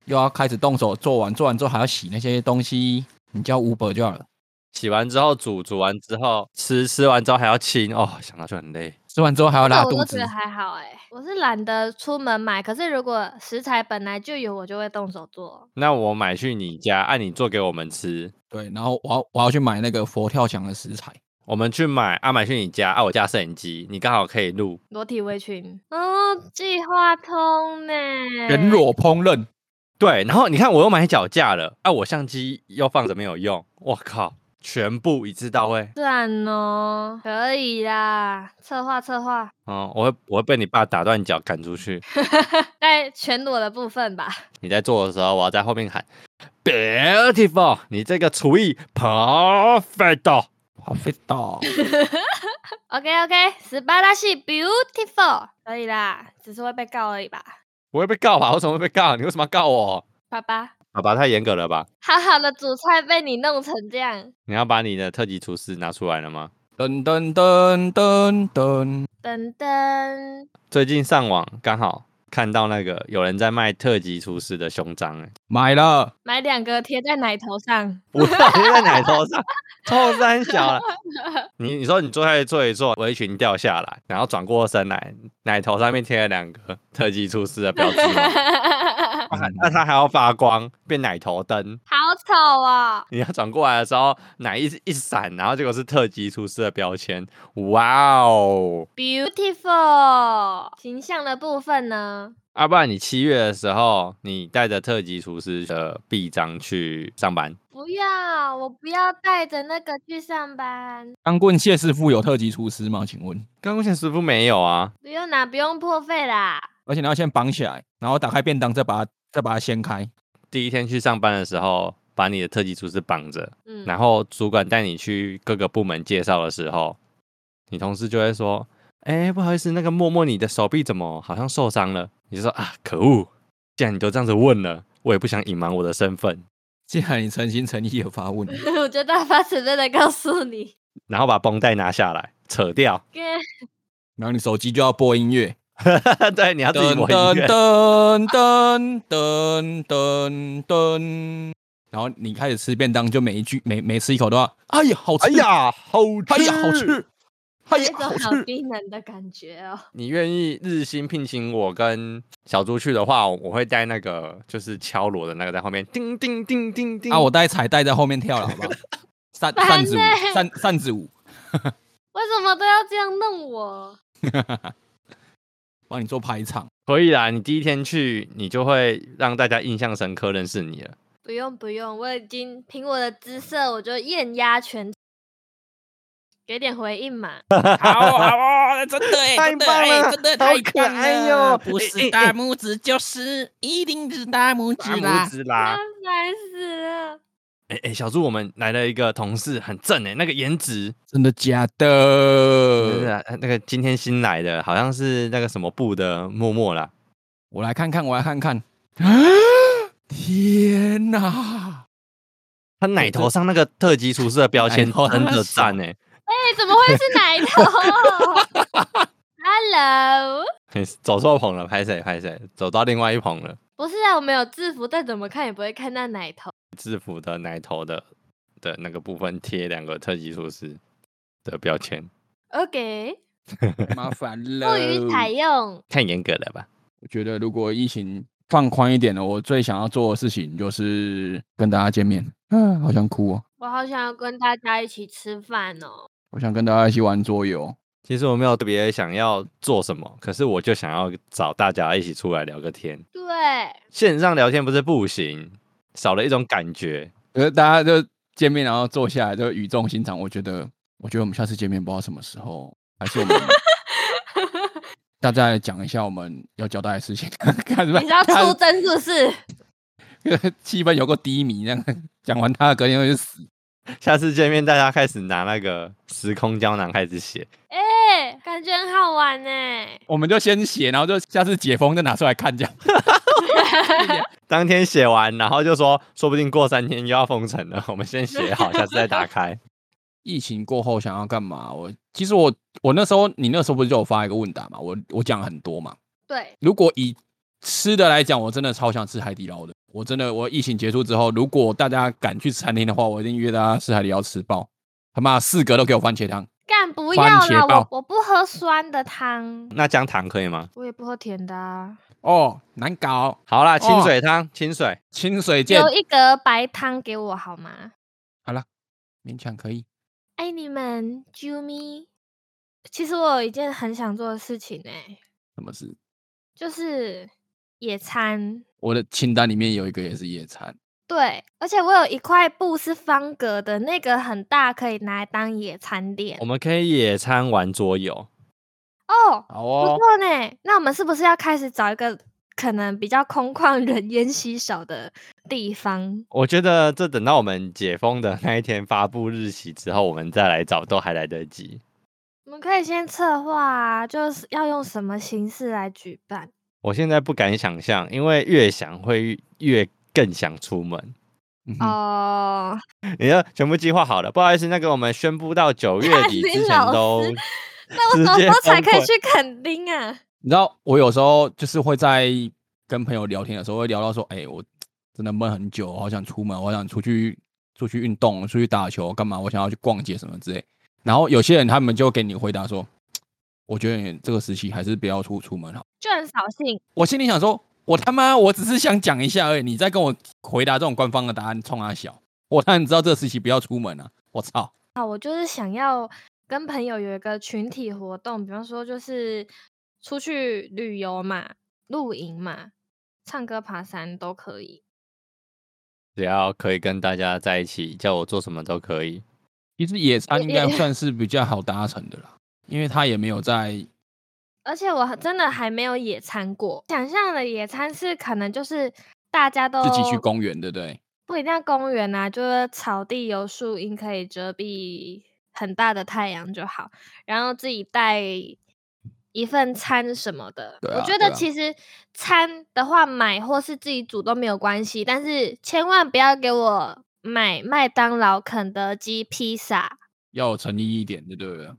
Speaker 3: 又要开始动手做完，做完之后还要洗那些东西，你叫 Uber 就好了。
Speaker 2: 洗完之后煮，煮完之后吃，吃完之后还要清，哦，想到就很累。
Speaker 3: 吃完之后还要
Speaker 1: 这
Speaker 3: 拉
Speaker 1: 啊我
Speaker 3: 肚
Speaker 1: 都觉
Speaker 3: 子
Speaker 1: 得，还好哎、我是懒得出门买，可是如果食材本来就有，我就会动手做。
Speaker 2: 那我买去你家，按、你做给我们吃。
Speaker 3: 对，然后我要我要去买那个佛跳墙的食材。
Speaker 2: 我们去买啊，买去你家啊，我家摄影机，你刚好可以录。
Speaker 1: 裸体围裙，哦，计划通呢、
Speaker 3: 人裸烹饪，
Speaker 2: 对，然后你看我又买脚架了，啊，我相机又放着没有用，我靠，全部一次到位。
Speaker 1: 不然呢？可以啦，策划策划，
Speaker 2: 嗯，我会我会被你爸打断脚赶出去。
Speaker 1: 在全裸的部分吧。
Speaker 2: 你在做的时候，我要在后面喊 beautiful，你这个厨艺 perfect。
Speaker 3: 好肥 到
Speaker 1: OK OK，十八大系 beautiful 可以啦，只是会被告而已吧，
Speaker 2: 我会被告吧？我怎么会被告？你为什么要告我？
Speaker 1: 爸爸。
Speaker 2: 爸爸太严格了吧？
Speaker 1: 好好的主菜被你弄成这样，
Speaker 2: 你要把你的特级厨师拿出来了吗？
Speaker 3: 噔噔噔噔噔，
Speaker 1: 噔噔，
Speaker 2: 最近上网刚好看到那个有人在卖特级厨师的胸章、欸，
Speaker 3: 买了，
Speaker 1: 买两个贴在奶头上，
Speaker 2: 我到底在奶头上？臭三小了！你你说你坐下去坐一坐，围裙掉下来，然后转过身来，奶头上面贴了两个特级厨师的标志 吗，哇那它还要发光，变奶头灯。
Speaker 1: 好丑哦！
Speaker 2: 你要转过来的时候，奶一一闪，然后结果是特级厨师的标签。哇哦！
Speaker 1: Beautiful 形象的部分呢？
Speaker 2: 要、啊不然你七月的时候，你带着特级厨师的臂章去上班，
Speaker 1: 不要，我不要带着那个去上班，
Speaker 3: 钢棍谢师傅有特级厨师吗？请问，
Speaker 2: 钢骨线师傅没有啊？
Speaker 1: 不用拿，不用破费啦。
Speaker 3: 而且你要先绑起来，然后打开便当，再把它再把它掀开。
Speaker 2: 第一天去上班的时候，把你的特级厨师绑着，
Speaker 1: 嗯，
Speaker 2: 然后主管带你去各个部门介绍的时候，你同事就会说：“哎、不好意思，那个默默，你的手臂怎么好像受伤了？”你就说：“啊，可恶！既然你都这样子问了，我也不想隐瞒我的身份。
Speaker 3: 既然你诚心诚意的 发问，
Speaker 1: 我就大发慈悲的告诉 你，”
Speaker 2: 然后把绷带拿下来，扯 掉。哎
Speaker 1: 跟
Speaker 3: 然后你手机就要播音乐，
Speaker 2: 对，你要自己
Speaker 3: 噔
Speaker 2: 抹音
Speaker 3: 噔
Speaker 2: 乐。
Speaker 3: 噔噔噔噔噔，然后你开始吃便当，就每一句每每吃一口都要，哎呀好吃，
Speaker 2: 哎，呀，好
Speaker 3: 哎
Speaker 2: 吃！
Speaker 3: 呀好！吃，哎
Speaker 1: 一
Speaker 3: 呀
Speaker 1: 种
Speaker 3: 好
Speaker 1: 好
Speaker 3: 吃，
Speaker 1: 低能的感觉哦。
Speaker 2: 你愿意日薪聘请我跟小猪去的话，我会带那个就是敲锣的那个在后面，叮叮叮叮叮。
Speaker 3: 啊我带彩带在后面跳了，好不 好？扇扇子舞
Speaker 1: 烦欸，
Speaker 3: 扇扇子舞，
Speaker 1: 为什么都要这样弄我？
Speaker 3: 帮你做排场。
Speaker 2: 可以啦，你第一天去，你就会让大家印象深刻，认识你了。
Speaker 1: 不用不用，我已经凭我的姿色，我就艳压全。给点回应 嘛，
Speaker 4: 好好哦，真的哎，
Speaker 2: 太
Speaker 4: 真的
Speaker 2: 棒了
Speaker 4: 哎，真的
Speaker 2: 好
Speaker 4: 太
Speaker 2: 可
Speaker 4: 棒
Speaker 2: 爱
Speaker 4: 了
Speaker 2: 哟
Speaker 4: 不
Speaker 2: 哎哎
Speaker 4: 是大拇指就是，一定是大拇
Speaker 2: 大
Speaker 4: 指啦
Speaker 2: 拇。指
Speaker 1: 烦
Speaker 2: 啦！
Speaker 1: 死了！
Speaker 2: 哎哎、小猪，我们来了一个同事，很正哎、那个颜值，
Speaker 3: 真的假
Speaker 2: 就是
Speaker 3: 的？
Speaker 2: 啊那个今天新来的，好像是那个什么部的默默啦。
Speaker 3: 我来看看，我来看看。
Speaker 2: 啊
Speaker 3: 天哪！
Speaker 2: 他奶头上那个特级厨师的标签
Speaker 3: 奶头
Speaker 2: 真的
Speaker 3: 很小
Speaker 2: 赞哎、
Speaker 1: 哎、怎么会是奶头 ？Hello，
Speaker 2: 走错棚了，拍谁拍谁，走到另外一棚了。
Speaker 1: 不是啊，我们有制服，再怎么看也不会看到奶头。
Speaker 2: 制服的奶头的的那个部分贴两个特级厨师的标签，
Speaker 1: OK，
Speaker 3: 麻烦
Speaker 1: 不
Speaker 3: 了。
Speaker 1: 予采用。
Speaker 2: 太严格了吧？
Speaker 3: 我觉得如果疫情放宽一点了，我最想要做的事情就是跟大家见面。嗯，好想哭哦，
Speaker 1: 我好想要跟大家一起吃饭哦。
Speaker 3: 我想跟大家一起玩桌游。
Speaker 2: 其实我没有特别想要做什么，可是我就想要找大家一起出来聊个天。
Speaker 1: 对，
Speaker 2: 线上聊天不是不行，少了一种感觉。
Speaker 3: 可是大家就见面，然后坐下来就语重心长。我觉得，我觉得我们下次见面不知道什么时候，还是 我们大家来讲一下我们要交代的事情， 看是吧？
Speaker 1: 你是要出征是不是？
Speaker 3: 气氛有个低迷，那个讲完他隔天会死。
Speaker 2: 下次见面，大家开始拿那个时空胶囊开始写，
Speaker 1: 哎、感觉很好玩呢、
Speaker 3: 我们就先写，然后就下次解封再拿出来看，这样
Speaker 2: 当天写完，然后就说，说不定过三天又要封城了，我 们先写好，下次再打开。
Speaker 3: 疫情过后想要干嘛？我其实我我那时候你那时候不是就有发一个问答嘛？我我讲了很多嘛。
Speaker 1: 对，
Speaker 3: 如果以吃的来讲，我真的超想吃海底捞的。我真的，我疫情结束之后，如果大家敢去餐厅的话，我一定约大家吃海底捞吃爆。他妈四格都给我番茄汤，
Speaker 1: 干不要
Speaker 3: 番
Speaker 1: 啦，
Speaker 3: 茄
Speaker 1: 我
Speaker 3: 包
Speaker 1: 我不喝酸的汤，
Speaker 2: 那姜糖可以吗？
Speaker 1: 我也不喝甜的、啊。
Speaker 3: 哦，难搞。
Speaker 2: 好啦，清
Speaker 3: 哦
Speaker 2: 水汤，清水。
Speaker 3: 清水见
Speaker 1: 有，一格白汤给我好吗？
Speaker 3: 勉强可以。
Speaker 1: 爱哎你们啾咪。其实我有一件很想做的事情哎、
Speaker 3: 什么事？
Speaker 1: 就是野餐。
Speaker 3: 我的清单里面有一个也是野餐。
Speaker 1: 对，而且我有一块布是方格的，那个很大，可以拿来当野餐垫
Speaker 2: 我。们可以野餐玩桌游，
Speaker 1: 哦，
Speaker 3: 好
Speaker 1: 不
Speaker 3: 哦，
Speaker 1: 错呢。那我们是不是要开始找一个可能比较空旷、人烟稀少的地方？
Speaker 2: 我觉得这等到我们解封的那一天发布日期之后，我们再来找都还来得及。
Speaker 1: 我们可以先策划、啊，就是要用什么形式来举办。
Speaker 2: 我现在不敢想象，因为越想会越更想出门。
Speaker 3: 嗯哼
Speaker 1: 哦、
Speaker 2: 你要全部计划好了，不好意思，那个我们宣布到九月
Speaker 1: 哦林
Speaker 2: 底之前
Speaker 1: 老
Speaker 2: 都
Speaker 1: 师那我
Speaker 2: 直
Speaker 1: 什么
Speaker 2: 接
Speaker 1: 时候才
Speaker 2: 崩
Speaker 1: 可以
Speaker 2: 溃
Speaker 1: 去垦丁啊？
Speaker 3: 你知道我有时候就是会在跟朋友聊天的时候，会聊到说，哎、我真的闷很久，好想出门，我想出去出去运动，出去打球，干嘛？我想要去逛街什么之类。然后有些人他们就给你回答说，我觉得你这个时期还是不要出出门好。
Speaker 1: 就很扫兴。
Speaker 3: 我心里想说，我他妈我只是想讲一下而已，你在跟我回答这种官方的答案，冲他笑。我当然知道这个时期不要出门啊，我操！
Speaker 1: 啊，我就是想要跟朋友有一个群体活动，比方说就是出去旅游嘛、露营嘛、唱歌、爬山都可以。
Speaker 2: 只要可以跟大家在一起，叫我做什么都可以。
Speaker 3: 其实野餐应
Speaker 1: 也
Speaker 3: 该算是比较好达成的啦，因为他也没有在
Speaker 1: 而且我真的还没有野餐过，想象的野餐是可能就是大家都
Speaker 3: 自己去公园，对不对？
Speaker 1: 不一定要公园啊，就是草地有树荫可以遮蔽很大的太阳就好，然后自己带一份餐什么的。
Speaker 3: 对
Speaker 1: 我
Speaker 3: 啊
Speaker 1: 觉
Speaker 3: 对
Speaker 1: 得
Speaker 3: 啊
Speaker 1: 其实餐的话买或是自己煮都没有关系，但是千万不要给我买麦当劳、肯德基、披萨。
Speaker 3: 要有诚意一点，对不对？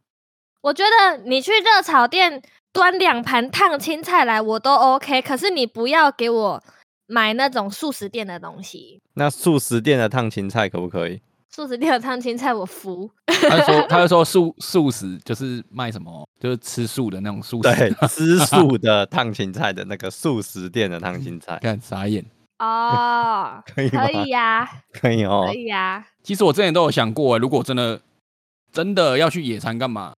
Speaker 1: 我觉得你去热炒店端两盘烫青菜来我都 OK，可是你不要给我买那种素食店的东西。
Speaker 2: 那素食店的烫青菜可不可以？
Speaker 1: 素食店的烫青菜我服。
Speaker 3: 他就说，他就说素素食就是卖什么，就是吃素的那种素食。
Speaker 2: 对，吃素的烫青菜的那个素食店的烫 青菜
Speaker 3: 看傻眼。
Speaker 1: 哦，
Speaker 2: 可以 吗
Speaker 1: 可以呀、
Speaker 2: 可以哦
Speaker 1: 可。以啊呀、
Speaker 3: 其实我之前都有想过，欸如果真的真的要去野餐干嘛？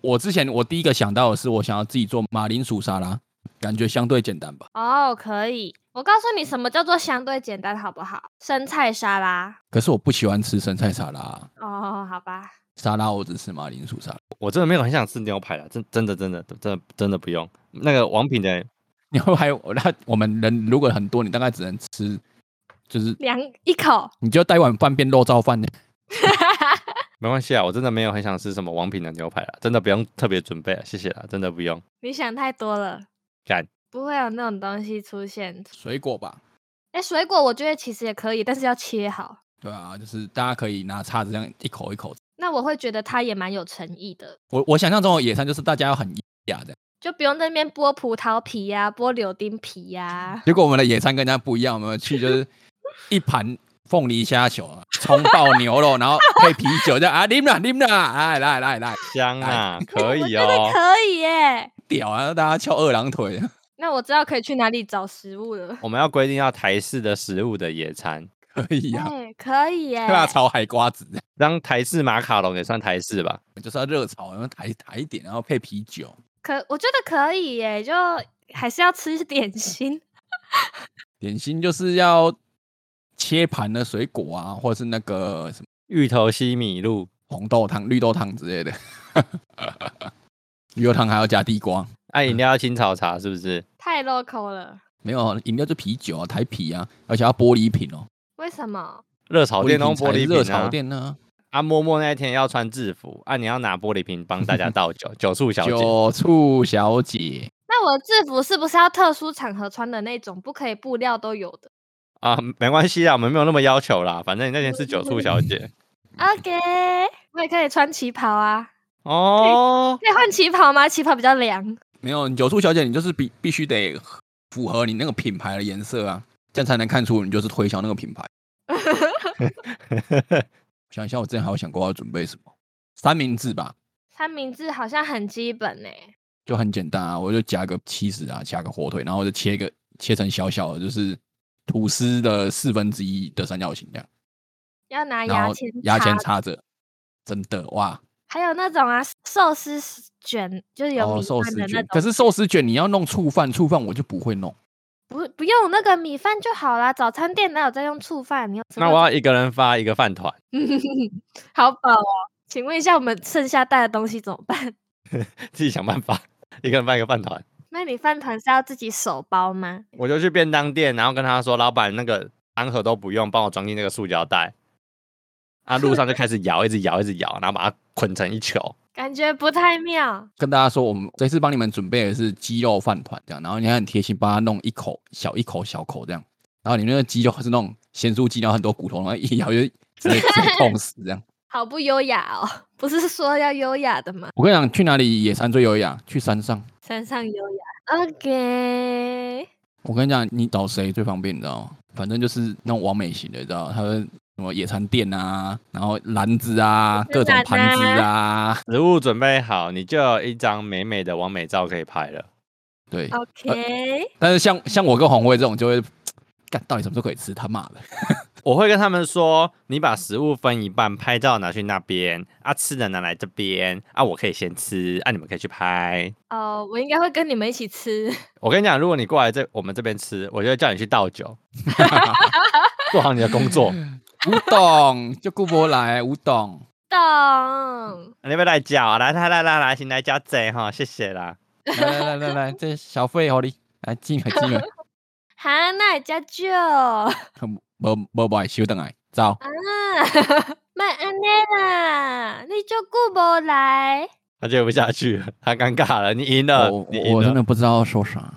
Speaker 3: 我之前我第一个想到的是，我想要自己做马铃薯沙拉，感觉相对简单吧。
Speaker 1: 哦，可以。我告诉你什么叫做相对简单，好不好？生菜沙拉。
Speaker 3: 可是我不喜欢吃生菜沙拉啊，
Speaker 1: 哦，好吧。
Speaker 3: 沙拉我只吃马铃薯沙拉。
Speaker 2: 我真的没有很想吃牛排了，真真的真的真的真的不用。那个王品的
Speaker 3: 你后还有那我们人如果很多，你大概只能吃，就是
Speaker 1: 两一口，
Speaker 3: 你就带碗饭变肉燥饭，
Speaker 2: 没关系啊，我真的没有很想吃什么王品的牛排了，真的不用特别准备了，谢谢啦，真的不用。
Speaker 1: 你想太多了，
Speaker 2: 干，
Speaker 1: 不会有那种东西出现。
Speaker 3: 水果吧。
Speaker 1: 哎，水果我觉得其实也可以，但是要切好。
Speaker 3: 对啊，就是大家可以拿叉子这样一口一口。
Speaker 1: 那我会觉得它也蛮有诚意的，
Speaker 3: 我我想象中的野餐就是大家要很雅的，
Speaker 1: 就不用在那边剥葡萄皮呀、剥柳丁皮呀、
Speaker 3: 结果我们的野餐跟人家不一样，我们去就是一盘凤梨虾球啊，葱爆牛肉，然后配啤酒，这样啊，啉啦啉啦，哎来来来，
Speaker 2: 香 啊，可
Speaker 1: 我
Speaker 2: 以
Speaker 1: 觉得
Speaker 2: 哦。
Speaker 1: 可以耶。
Speaker 3: 屌啊，大家翘二郎腿，啊
Speaker 1: 那我知道可以去哪里找食物了。
Speaker 2: 我们要规定要台式的食物的野餐，
Speaker 3: 可以呀、
Speaker 1: 哎，可以耶。
Speaker 3: 辣炒海瓜子，
Speaker 2: 让台式马卡龙也算台式吧。
Speaker 3: 就是要热炒，然后抬抬一点，然后配啤酒，
Speaker 1: 可我觉得可以耶，就还是要吃点 心。
Speaker 3: 点心就是要切盘的水果啊，或者是那个什么
Speaker 2: 芋头西米露
Speaker 3: 红豆汤、绿豆汤之类的， 绿豆汤还要加地瓜，
Speaker 2: 啊，饮料要青草茶是不是？
Speaker 1: 太 local 了，
Speaker 3: 没有饮料就啤酒啊，台啤啊，而且要玻璃瓶哦，
Speaker 1: 为什么？
Speaker 2: 热炒店用
Speaker 3: 才
Speaker 2: 玻璃
Speaker 3: 是热
Speaker 2: 瓶
Speaker 3: 炒
Speaker 2: 啊。
Speaker 3: 店呢、
Speaker 2: 啊，默默那一天要穿制服啊，你要拿玻璃瓶帮大家倒酒，酒醋小姐。
Speaker 3: 九处小姐，
Speaker 1: 那我的制服是不是要特殊场合穿的那种，不可以布料都有的
Speaker 2: 啊，没关系啦，我们没有那么要求啦，反正你那天是酒醋小 姐
Speaker 1: ？OK，我 也可以穿旗袍啊，
Speaker 2: 哦。
Speaker 1: 可以换旗袍吗？旗袍比较凉。
Speaker 3: 没有九处小姐，你就是必必须得符合你那个品牌的颜色啊，这样才能看出你就是推销那个品牌。想一下，我之前还有想过要准备什么三明治吧，
Speaker 1: 三明治好像很基本呢、
Speaker 3: 就很简单啊，我就夹个 cheese 啊，夹个火腿，然后就切个切成小小的，就是吐司的四分之一的三角形这样，
Speaker 1: 要拿
Speaker 3: 然
Speaker 1: 牙
Speaker 3: 后
Speaker 1: 签
Speaker 3: 牙签
Speaker 1: 插
Speaker 3: 插着，真的哇，
Speaker 1: 还有那种啊寿司卷，就是有
Speaker 3: 哦
Speaker 1: 米
Speaker 3: 寿
Speaker 1: 饭
Speaker 3: 司
Speaker 1: 的那
Speaker 3: 卷，可
Speaker 1: 种，
Speaker 3: 是寿司卷你要弄醋饭，醋饭我就不会弄。
Speaker 1: 不不用那个米饭就好啦。早餐店哪有在用醋饭？你有吃
Speaker 2: 那
Speaker 1: 过
Speaker 2: 我要一个人发一个饭团，
Speaker 1: 好饱哦！请问一下，我们剩下带的东西怎么办？
Speaker 2: 自己想办法，一个人发一个饭团。
Speaker 1: 那你饭团是要自己手包吗？
Speaker 2: 我就去便当店，然后跟他说：“老板，那个餐盒都不用，帮我装进那个塑胶袋。”啊，路上就开始摇，一直摇，一直摇，然后把它捆成一球。
Speaker 1: 感觉不太妙。
Speaker 3: 跟大家说，我们这次帮你们准备的是鸡肉饭团，这样，然后你还很贴心，帮他弄一口小一口小口这样， 然后你那个鸡肉是那种咸酥鸡，然后很多骨头，然后一咬就直接直接痛死这样。
Speaker 1: 好不优雅哦！ 不是说要优雅的吗？
Speaker 3: 我跟你讲，去哪里野餐最优雅？去山上。
Speaker 1: 山上优雅，OK。
Speaker 3: 我跟你讲，你找谁最方便，你知道吗？反正就是那种完美型的，你知道吗？他们什么野餐垫啊，然后篮子啊，
Speaker 1: 我
Speaker 3: 各
Speaker 1: 知
Speaker 3: 种
Speaker 1: 道
Speaker 3: 盘子啊，
Speaker 2: 食物准备好，你就有一张美美的完美照可以拍了。
Speaker 3: 对。
Speaker 1: 哦 OK，、
Speaker 3: 但是像像我跟红辉这种就会，干到底什么时候可以吃？他妈的！
Speaker 2: 我会跟他们说，你把食物分一半，拍照拿去那边，啊，吃的拿来这边，啊，我可以先吃，啊，你们可以去拍。
Speaker 3: 呃
Speaker 1: 哦，我应该会跟你们一起吃。
Speaker 2: 我跟你讲，如果你过来这我们这边吃，我就会叫你去倒酒，做好你的工作。
Speaker 3: 吴董就顾不来，吴董
Speaker 1: 懂，
Speaker 2: 你要不要来叫啊？来来来来来，请来加贼哈，谢谢啦。
Speaker 3: 来来来来来，这小费给你，来进来进来，
Speaker 1: 哈，那家就啊，
Speaker 3: 无无无，稍等来，走。
Speaker 1: 麦安内啦，啊你就顾不来。
Speaker 2: 他接不下去了，他尴尬了，你赢了，
Speaker 3: 我
Speaker 2: 你
Speaker 3: 我
Speaker 2: 赢
Speaker 3: 我真
Speaker 2: 了。
Speaker 3: 的不知道说啥，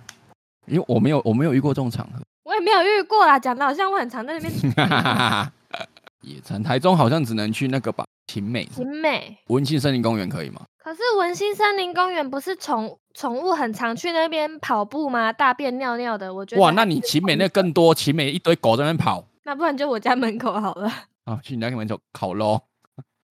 Speaker 3: 因为我没有我没有遇过这种场合。
Speaker 1: 我也没有遇过啊啦，讲的好像我很常在那边
Speaker 3: 野餐，台中好像只能去那个吧，晴美
Speaker 1: 景美。
Speaker 3: 文心森林公园可以吗？
Speaker 1: 可是文心森林公园不是宠宠物很常去那边跑步吗？大便尿尿的，我觉得
Speaker 3: 哇，
Speaker 1: 还
Speaker 3: 那你晴美那更多，晴美一堆狗在那边跑
Speaker 1: 那不然就我家门口好了。
Speaker 3: 啊，去你家门口烤肉。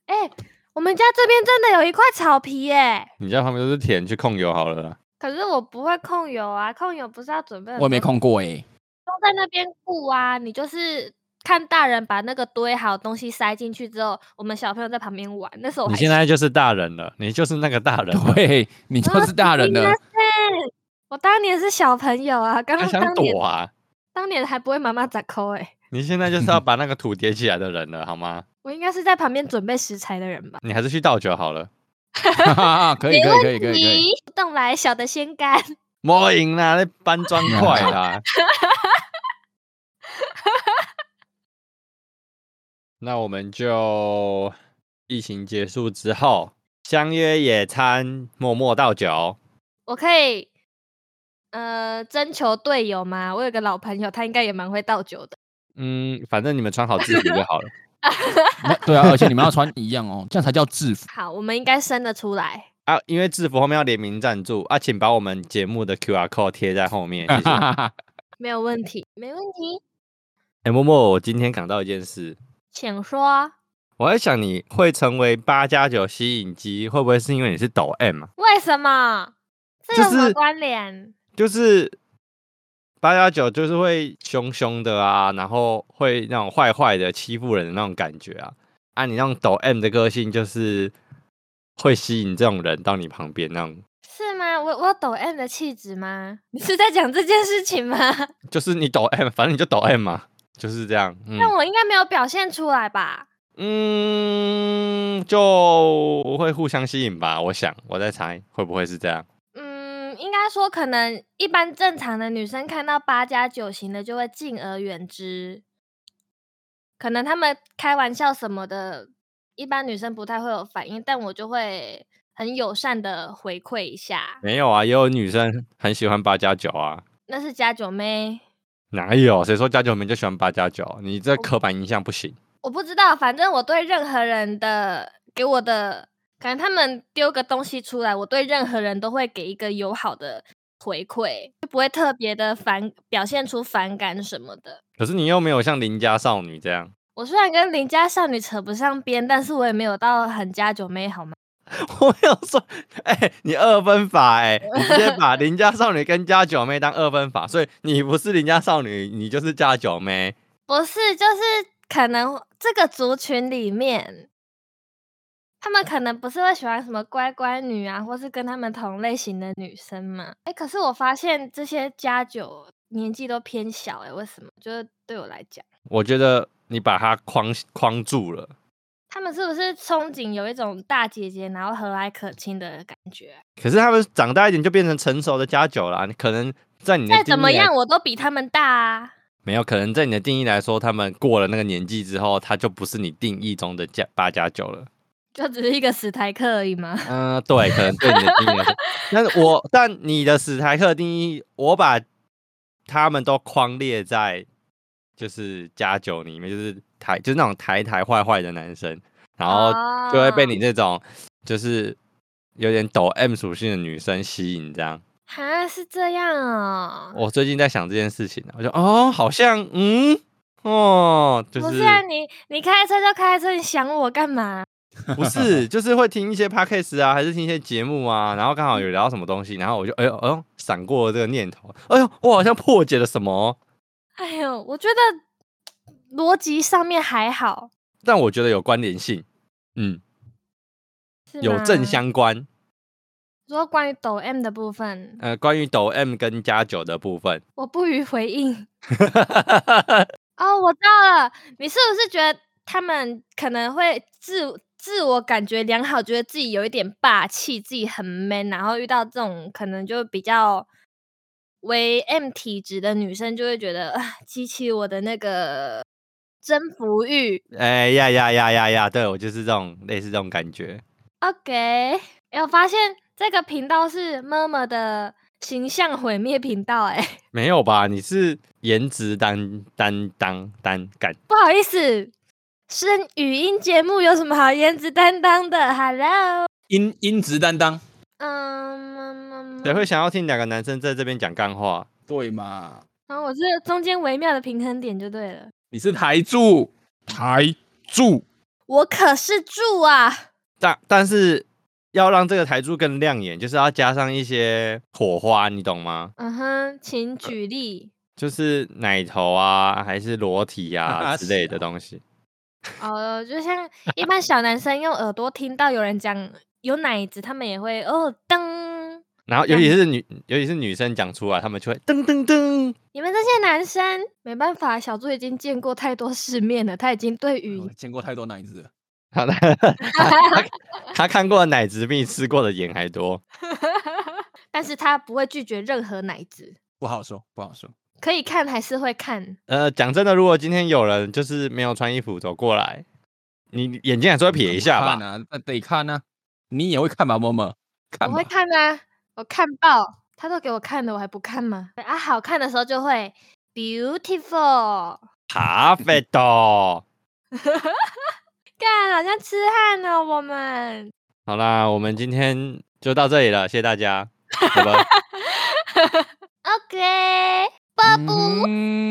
Speaker 1: 哎、 我们家这边真的有一块草皮耶、
Speaker 2: 你家旁边都是田，去控油好了啦。
Speaker 1: 可是我不会控油啊，控油不是要准备很
Speaker 3: 我也没
Speaker 1: 多
Speaker 3: 空过哎、
Speaker 1: 都在那边顾啊，你就是看大人把那个堆好东西塞进去之后，我们小朋友在旁边玩。那时候我
Speaker 2: 你
Speaker 1: 哦还
Speaker 2: 现在就是大人了，你就是那个大人了。
Speaker 3: 对 你就是大人了
Speaker 1: 啊， 我当年是小朋友啊，刚
Speaker 2: 他
Speaker 1: 刚
Speaker 2: 想
Speaker 1: 当年
Speaker 2: 躲啊！
Speaker 1: 当年还不会妈妈咋抠哎，
Speaker 2: 你现在
Speaker 3: 嗯
Speaker 2: 就是要把那个土叠起来的人了，好吗？
Speaker 1: 我应该是在旁边准备食材的人吧。
Speaker 2: 你还是去倒酒好了。
Speaker 3: 可以可以可以可以可以，
Speaker 1: 你动来小的先干，
Speaker 2: 摸赢啦，那搬 砖块啦。那我们就疫情结束之后相约野餐，默默倒酒。
Speaker 1: 我可以呃征求队友吗？我有个老朋友，他应该也蛮会倒酒的。
Speaker 2: 嗯，反正你们穿好制服就好了。
Speaker 3: 那对啊，而且你们要穿一样哦，这样 才叫制服。
Speaker 1: 好，我们应该生得出来。
Speaker 2: 啊，因为制服后面要联名赞助啊，请把我们节目的 Q R code 贴在后面，谢 谢。哎、
Speaker 1: 没有问题，没问题，
Speaker 2: 默默，我今天想到一件事，
Speaker 1: 请说。
Speaker 2: 我在想你会成为八加九吸引机，会不会是因为你是抖 M 啊？
Speaker 1: 为什么？这
Speaker 2: 就
Speaker 1: 有什么
Speaker 2: 是
Speaker 1: 关联？
Speaker 2: 就是八加九就是会凶凶的啊，然后会那种坏坏的欺负人的那种感觉啊。啊，你那种抖 M 的个性就是会吸引这种人到你旁边，那种
Speaker 1: 是吗？我我有抖 M 的气质吗？ 你是在讲这件事情吗？
Speaker 2: 就是你抖 M，反正你就抖 M 嘛，就是这样。嗯
Speaker 1: 但我应该没有表现出来吧？
Speaker 2: 嗯，就会互相吸引吧。我想我在猜会不会是这样。
Speaker 1: 嗯，应该说可能一般正常的女生看到八加九型的就会敬而远之，可能他们开玩笑什么的，一般女生不太会有反应，但我就会很友善的回馈一下。
Speaker 2: 没有啊，也有女生很喜欢八加九啊。
Speaker 1: 那是加九妹，
Speaker 2: 哪有？谁说加九们就喜欢八加九？你这刻板印象不行。
Speaker 1: 我不知道，反正我对任何人的给我的，可能他们丢个东西出来，我对任何人都会给一个友好的回馈，就不会特别的反表现出反感什么的。
Speaker 2: 可是你又没有像邻家少女这样，
Speaker 1: 我虽然跟邻家少女扯不上边，但是我也没有到很加九妹好吗？
Speaker 2: 我没有说，哎、你二分法哎、你直接把邻家少女跟家九妹当二分法，所以你不是邻家少女，你就是家九妹。
Speaker 1: 不是，就是可能这个族群里面，他们可能不是会喜欢什么乖乖女啊，或是跟他们同类型的女生嘛。哎、可是我发现这些家酒年纪都偏小、欸，哎，为什么？就是对我来讲，
Speaker 2: 我觉得你把她框框住了，
Speaker 1: 他们是不是憧憬有一种大姐姐，然后和蔼可亲的感觉啊？
Speaker 2: 可是他们长大一点就变成成熟的家九啦。你可能在你的
Speaker 1: 再
Speaker 2: 定
Speaker 1: 怎
Speaker 2: 义
Speaker 1: 么
Speaker 2: 来
Speaker 1: 样，，我都比他们大啊。
Speaker 2: 没有可能在你的定义来说，他们过了那个年纪之后，他就不是你定义中的家八加九了。
Speaker 1: 就只是一个死台客而已嘛。
Speaker 2: 嗯、对，可能对你的定义来说，但是我但你的史台克定义，我把他们都框列在就是加九里面，就是台就是那种台台坏坏的男生。然后就会被你
Speaker 1: 哦
Speaker 2: 这种就是有点抖 M 属性的女生吸引。这样，
Speaker 1: 哈是这样哦。
Speaker 2: 我最近在想这件事情，我就哦，好像嗯。哦，就
Speaker 1: 不
Speaker 2: 是
Speaker 1: 是啊，你你开车就开车，你想我干嘛？
Speaker 2: 不是，就是会听一些 podcast 啊，还是听一些节目啊，然后刚好有聊到什么东西，然后我就哎呦哎呦闪过了这个念头，哎呦，我好像破解了什么，
Speaker 1: 哎呦，我觉得逻辑上面还好，
Speaker 2: 但我觉得有关联性，嗯，
Speaker 1: 是
Speaker 2: 有正
Speaker 1: 吗。
Speaker 2: 相关。
Speaker 1: 说关于抖 M 的部分，
Speaker 2: 呃，关于抖 M 跟加九的部分，
Speaker 1: 我不予回应。哦，我知道了，你是不是觉得他们可能会自自我感觉良好，觉得自己有一点霸气，自己很 man，然后遇到这种可能就比较为 M 体质的女生，就会觉得啊激起我的那个征服欲。
Speaker 2: 哎呀呀呀呀呀，对我就是这种类似这种感觉。
Speaker 1: OK，哎我发现这个频道是妈妈的形象毁灭频道、哎，
Speaker 2: 没有吧？你是颜值担担当担干，
Speaker 1: 不好意思，是语音节目有什么好颜值担当的？Hello，
Speaker 3: 音音质担当，
Speaker 1: 嗯，
Speaker 2: 谁会想要听两个男生在这边讲干话？
Speaker 3: 对嘛？
Speaker 1: 然后我是中间微妙的平衡点就对了。
Speaker 3: 你是台柱，台柱，
Speaker 1: 我可是住啊，
Speaker 2: 但但是要让这个台柱更亮眼，就是要加上一些火花，你懂吗？
Speaker 1: 嗯哼，请举例。
Speaker 2: 就是奶头啊，还是裸体啊
Speaker 3: 啊
Speaker 2: 之类
Speaker 3: 是
Speaker 2: 的
Speaker 3: 哦
Speaker 2: 东西。
Speaker 1: 哦，就像一般小男生用耳朵听到有人讲有奶子，他们也会哦噔。
Speaker 2: 然后尤其是女，尤其是女生讲出来，他们就会噔噔噔。
Speaker 1: 你们这些男生没办法，小猪已经见过太多世面了，他已经对语
Speaker 3: 我见过太多奶子了。
Speaker 2: 好 的，他他看过的奶子比你吃过的盐还多。
Speaker 1: 但是他不会拒绝任何奶子，
Speaker 3: 不好说，不好说。
Speaker 1: 可以看还是会看。
Speaker 2: 呃，讲真的，如果今天有人就是没有穿衣服走过来，你眼睛还是会瞥一下
Speaker 3: 看
Speaker 2: 吧？
Speaker 3: 啊，那得看啊。你也会看吧，默默。看
Speaker 1: 我
Speaker 3: 吧
Speaker 1: 会。看啊，我看报，他都给我看了，我还不看吗？啊，好看的时候就会 beautiful，
Speaker 2: 咖啡 豆。
Speaker 1: 干，好像痴汉哦，我们。
Speaker 2: 好啦，我们今天就到这里了，谢谢大家。好吧，
Speaker 1: OK，
Speaker 3: 嗯